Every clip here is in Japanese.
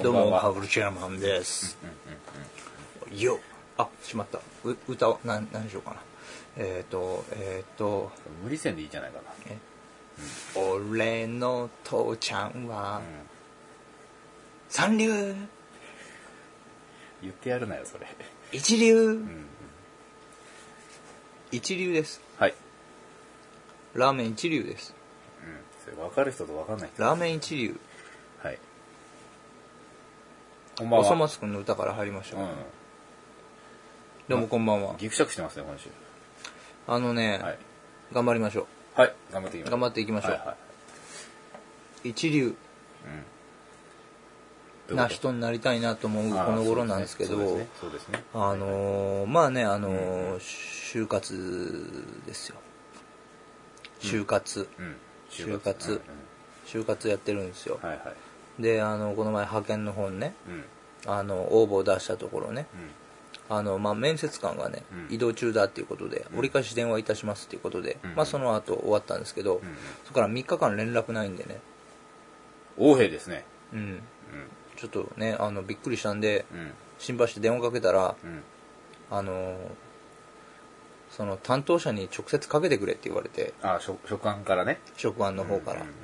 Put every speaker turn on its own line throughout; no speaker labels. どう
こんばん
も
は
ハブルチェアマンですよあしまったう歌は何何しようかなえっ、とえっ、と
無理せんでいいんじゃないかな
「俺の父ちゃんは三流
言ってやるな よそれ
一流一流です
はい、
ラーメン一流です
うん、それ分かる人と分かんない人
ラーメン一流
はいこんばん
お
は
そ松くんの歌から入りました、
う
どうもこんばんは
ん、ギクシャクしてますね今週
あのね、
はい
頑張りましょ
はい頑張っていきま
う
しょう
頑張っていきましょう、
はいはい
一流
どういうこ
な
と
人になりたいなと思う
あー
この頃なんですけど
そうですねそうですね
あのーまあねあのー就活ですよ就活、
うん
就活
うんうん
就活やってるんですよ、
はいはい
であのこの前派遣の本ね
うん
あの応募を出したところね
うん
あの、まあ、面接官がね、
うん
移動中だっていうことで、折り返し電話いたしますっていうことで、
うん
まあ、その後終わったんですけど、
ん
そこから3日間連絡ないんでね、
王兵ですね
うん、
うん
ちょっとねあのびっくりしたんで、
うん
心配して電話かけたら、
うん
あのーその担当者に直接かけてくれって言われて
あ書書簡からね
職安の方から、
うんうん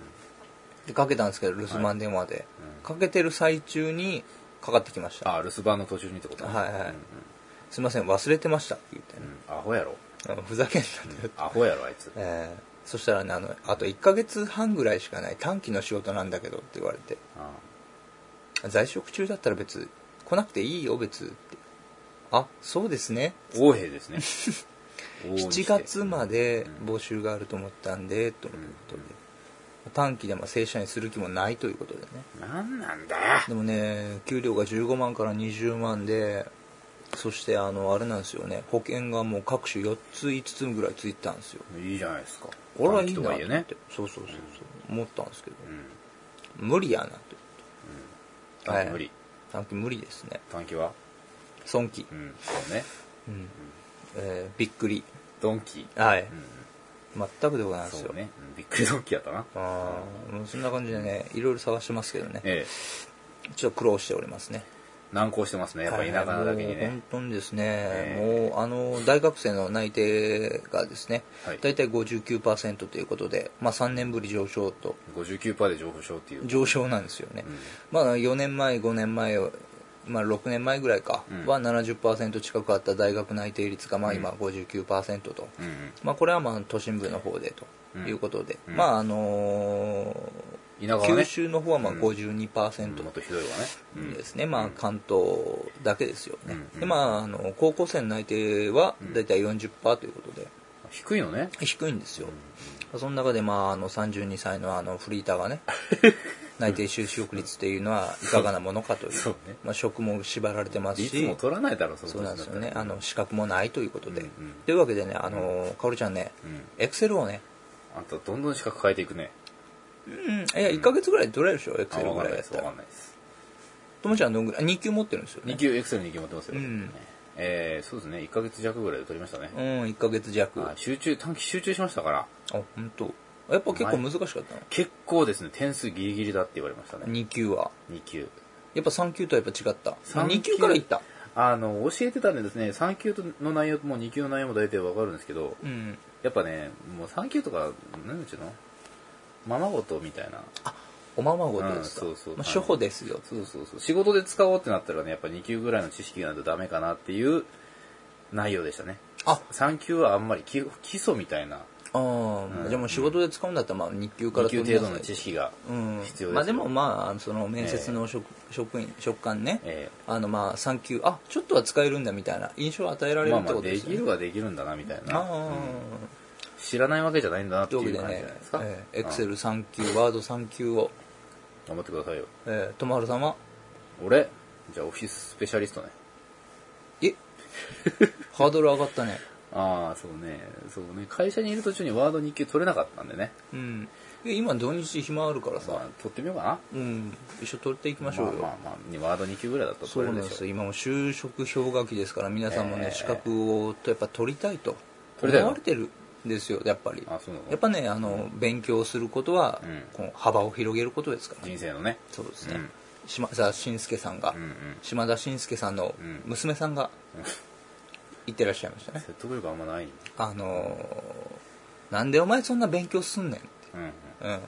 でかけたんですけど留守番電話で、かけてる最中にかかってきました
あ留守番の途中にってこと
はいはい
うん
すいません忘れてましたって言って
う
ね
んアホやろ
あのふざけんなって、
アホやろあいつ
えーそしたらねあのあと1ヶ月半ぐらいしかない短期の仕事なんだけどって言われて
あ
在職中だったら別来なくていいよ別ってあそうですね
王兵です ね王にして
7月まで募集があると思ったんで、ということで、短期でも正社員する気もないということでね
なんなんだ
でもね給料が15万から20万でそしてあのあれなんですよね保険がもう各種4つ5つぐらいついてたんですよ
いいじゃないですか
俺はいい
短期
なっ
とはい
て、
えね
そうそうそうそう思ったんですけど、
うん
無理やなと
短期無理
短期無理ですね
短期は
損期
うんそうね
うん、えーびっくり
ドンキ
はい、
うん
全くでございます
そ
よ、
うねうんびっくりドンキやったな
あーもうそんな感じでねいろいろ探してますけどね
ええ
ちょっと苦労しておりますね
難航してますねやっぱ田舎なだけ
はい
に
もう
ね
本当にですね、
え
もうあの大学生の内定がですね、
はい
大体59%ということで、まあ、3年ぶり上昇と、
59%で上昇っていう
上昇なんですよね、まあ、4年前、5年前、まあ、6年前ぐらいか
うん
は70%近くあった大学内定率が、まあ、今、59%と。
うんうん
まあ、これはまあ都心部の方でということで、まああのー
田舎はね
九州の方はまあ52%
もっとひどいわね
ですね、まあ、関東だけですよね、
うん
でまあ、あの高校生の内定は大体40%ということで、
低いのね
低いんですよ、その中で、まあ、あの32歳のあのフリーター がね、内定収支力率っていうのはいかがなものかという、
そうね
まあ、職も縛られてます
い
し、
つも取らないだろその
そうなんですよね、あ
年だったら
の資格もないということで、
うんうん
というわけでね、あのかおるちゃんね
うん、
エクセルをね、
あんたどんどん資格変えていくね
うん、いや、1ヶ月ぐらいで取れるでしょ、エク
あ
セル
わ
ぐ
かん
ら
な
いや
いで
っ
す
た
わか
ら
ん。ないです
ともちゃん、どんぐらい ?2 級持ってるんですよね
2。級エクセル2級持ってますよ
ん
えーそうですね1ヶ月弱ぐらいで取りましたね
うん、1ヶ月弱。
あ集中短期集中しましたから
あ、本当。やっぱ結構難しかったの
結構ですね点数ギリギリだって言われましたね
?2 級は。
2級
やっぱ3級とはやっぱ違った。
三級
2級からいった。
あの教えてたんでですね3級の内容も2級の内容も大体わかるんですけど
うん。
やっぱねもう3級とか何ちゅうのままごとみたいな
おままごとですか。
うんそうそう
まあ、初歩ですよ。
そうそうそう仕事で使おうってなったらねやっぱ2級ぐらいの知識がないとダメかなっていう内容でしたね
あ
3級はあんまり基基礎みたいな
ああ、じゃあもう仕事で使うんだったら、まあ2級から
2級
取り
程
なさ
度の
い
知識が
うん
必要ですよ
まあでもまああのその面接の職,、職員職官ね、
え
あのまあ3級あちょっとは使えるんだみたいな印象を与えられる
まあ
って
ま
こ
あ
とで
ですき
よ
る
ね、
はできるんだなみたいな、
あ
知らないわけじゃないんだなって
と
い
いううわ
感
け
じ
で
じゃ
ね
ないですか、
えエクセ
うん
ル3級ワード3級を、
頑張ってくださいよ
えー、友春さんは
俺じゃあオフィススペシャリストね
えハードル上がったね
ああそうねそうね会社にいる途中にワード2級取れなかったんでね
うんえ今土日暇あるからさ、
まあ取ってみようかな
うん一緒取っていきましょうよ、
まあまあまあワード2級ぐらいだったら
そう
取
な
れ
ん
る
で
でしょ
す今もう就職氷河期ですから皆さんもね、
ええ
資格をやっぱ取りたいと
取りたい
思
の
われてるんですよやっぱり
あそうなの
やっぱねあの、勉強することは、
うん
この幅を広げることですから、
人生のね
そうですね、
うん
島田紳介さんが、
うんうん
島田紳介さんの
うん
娘さんが行ってらっしゃいましたね、
説得力あんまない、
あのーなんでお前そんな勉強すんねんって
うんうん、
うん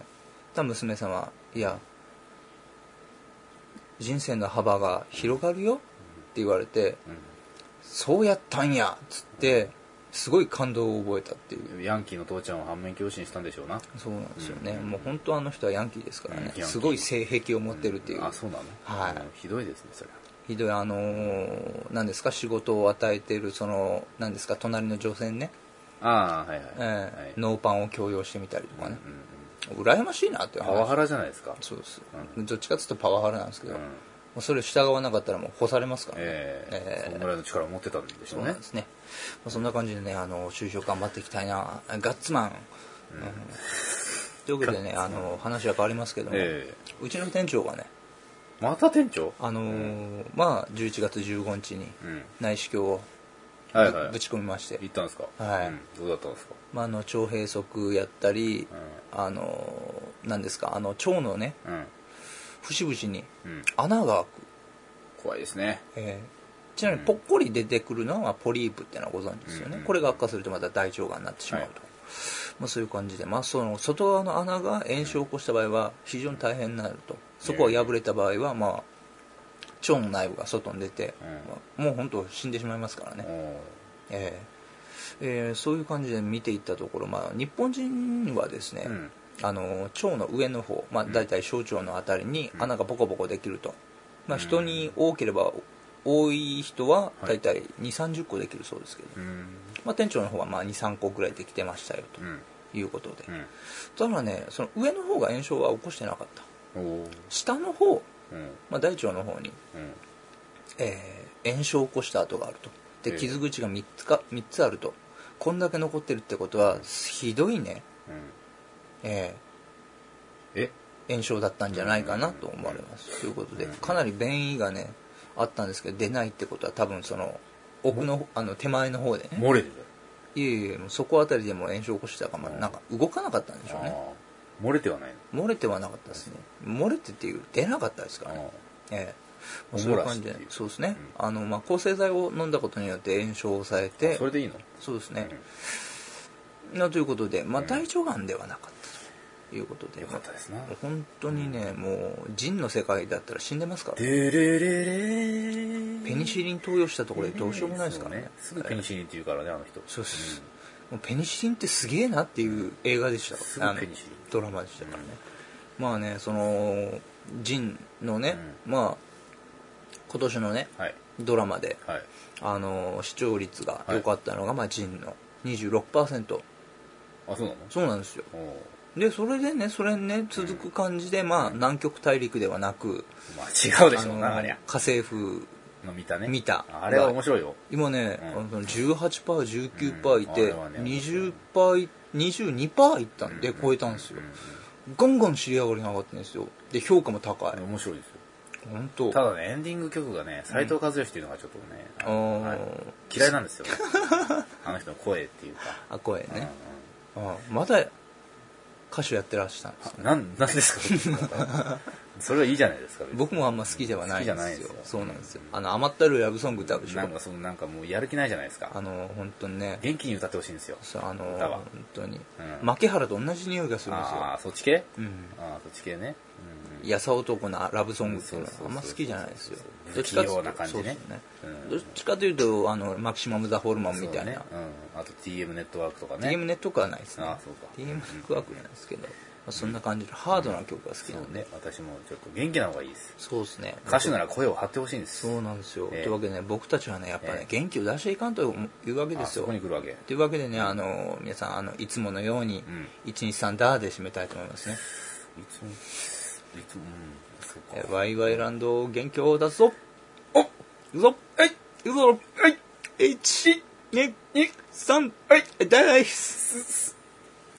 た娘さんはいや人生の幅が広がるよって言われてそうやったんやっつってすごい感動を覚えたっていう
うんヤンキーの父ちゃんを反面教師にしたんでしょうな、
そうなんですよね、
うん
もう本当あの人はヤンキーですから
うんヤ
ね
ン、キー
すごい性癖を持ってるっていう、
あそうなの、
はい
うんひどいですねそれは
ひどいあのー何ですか仕事を与えてるその何ですか隣の女性にね、
ああはいはい、
えー
はい
ノーパンを強要してみたりとかね、
うんうん
羨ましいなっていう
パワ
話
ハラじゃないですか
そうです、
う
どっちかっつうとパワハラなんですけ
う
ど、
ん
もうそれ従わなかったらもう干されますからね、
え
え
え
え
そんぐらいの力を持ってたんでし
そ
ょ
う
う
な
ね
んですね、まあ、そんな感じでねあの就職頑張っていきたいなガッツマン、うんというわけでねあの話は変わりますけども、
え
うちの店長がね
また店長
あのーまあ11月15日に
うん
内視鏡を
はいはい
ぶち込みまして、
行ったんですか
はい
うんどうだったんですか
まあ、あの腸閉塞やったり、
う
あのーなんですかあの腸のね
うん
節々に
うん
穴が開く、
怖いですね
えーちなみにぽっこり出てくるのはポリープってのはご存知ですよね、
うん
これが悪化するとまた大腸がんになってしまうと、まあ、そういう感じで、まあ、その外側の穴が炎症を起こした場合は非常に大変になるとそこが破れた場合は、まあ、腸の内部が外に出て、
うん
まあもう本当死んでしまいますからね、
お
えええーそういう感じで見ていったところ、まあ、日本人はですね、
うん
あの腸の上の方、まあ、大体小腸のあたりに穴がボコボコできると、まあ、人に多ければ多い人は大体2 3 0個できるそうですけど、
ーうん
まあ、店長の方はまあ23個ぐらいできてましたよ
うん
ということで、
うん
ただねその上の方が炎症は起こしてなかった
おお
下の方、
うん
まあ、大腸の方に、
うん
えー炎症を起こした跡があると
え
で
え
傷口が3つか3つあるとこんだけ残ってるってことはひどいね、
うん
え
え
ー炎症だったんじゃないかなと思われますということでかなり便意がねあったんですけど出ないってことは多分その奥のあの手前の方でね
漏れてた
いえいえもうそこあたりでも炎症を起こしてたから、まあ、なんか動かなかったんでしょうね
あー漏れてはないの
漏れてはなかったですね漏れてっていう出なかったですからねええまあ
お
そう
も
いう
らし
感じ
ってい
で
う
そうですね、あのまあ、抗生剤を飲んだことによって炎症を抑え
あ
て
それでいいの
そうですね、なということで、まあ、大腸がんではなかったということで、
よかったですな
もう本当にね、もう人の世界だったら死んでますから
でれれれ
ペニシリン投与したところでどうしようもないですからね
すぐペニシリンって言うからねあの人
そうです、もうペニシリンってすげえなっていう映画でした
す
あ
ぐ
の
ペニシリン
ドラマでしたからね、まあねその人のね、まあ今年のね、
はい
ドラマで
はい
あの視聴率が良かったのが、まあ、ジンの26%
あそうなの
そうなんですよ
おお
でそれでねそれにね続く感じで、まあ南極大陸ではなく
まあ違うで
あ
しょう
の
なありゃ
家政婦
の見たね
見た
あれは面白いよ
今ね、
うん
あの18%19%
うん
いて、
あれはね
20%い22%いったんで超えたんですよ、ガンガン知り上がりなかったんですよで評価も高い、
面白いですよ
本当
ただねエンディング曲がね斎藤和義っていうのがちょっとねあ
お
の
ー
はい嫌いな んですよあの人の声っていうか
あ声ね、
う
あまだ歌手やってらっしゃったんです
んうんなんなんです かそれはいいじゃないですか別に
僕もあんま好きではないんですよ
好きじゃないですよ
そうなんですよあの甘ったるいラブソングってあるでしょ
なんかそのなんかもうやる気ないじゃないです
あ
か
の本当にね
元気に歌ってほしいんですよ
そうあの
歌は
本当に、
うん
牧原と同じ匂いがするんですよ
ああそっち系
うん
ああそっち系ねうん
やさ男なラブソングっていうのは
そうそうそう
あんま好きじゃないですよ
不器用な感じね
どっちかっていうとそうですよねどっちかという
うん
とあのマキシマム・ザ・ホルモンみたいな、
そうねうんあと TM ネットワークとかね
DM ネットクはないですね
あそうか
DM ネットワークなんですけど、まあ、そんな感じのハードな曲が好きなんで、
ね私もちょっと元気な方がいいです
そうですね
歌手なら声を張ってほしいんです
そうなんですよ、
ええ
というわけでね僕たちはねやっぱね、
ええ
元気を出していかんというわけで
あ
す
そ
よ
こに来るわけ
というわけでねあの皆さんあのいつものように
ん
123ダーで締めたいと思いますね、
いつも、いつも、うん、そう
えー
か。
ワイワイランド元気を出すぞおいくぞはいいくぞはい1、2、2、3、はい大好きです